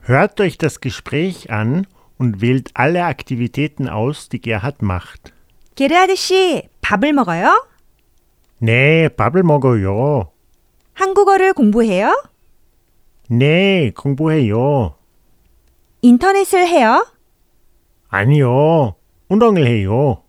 Hört euch das Gespräch an und wählt alle Aktivitäten aus, die Gerhard macht. 게르하드 씨, 밥을 먹어요? Nee, 밥을 먹어요. 한국어를 공부해요? Nee, 공부해요. 인터넷을 해요? 아니요, 운동을 해요.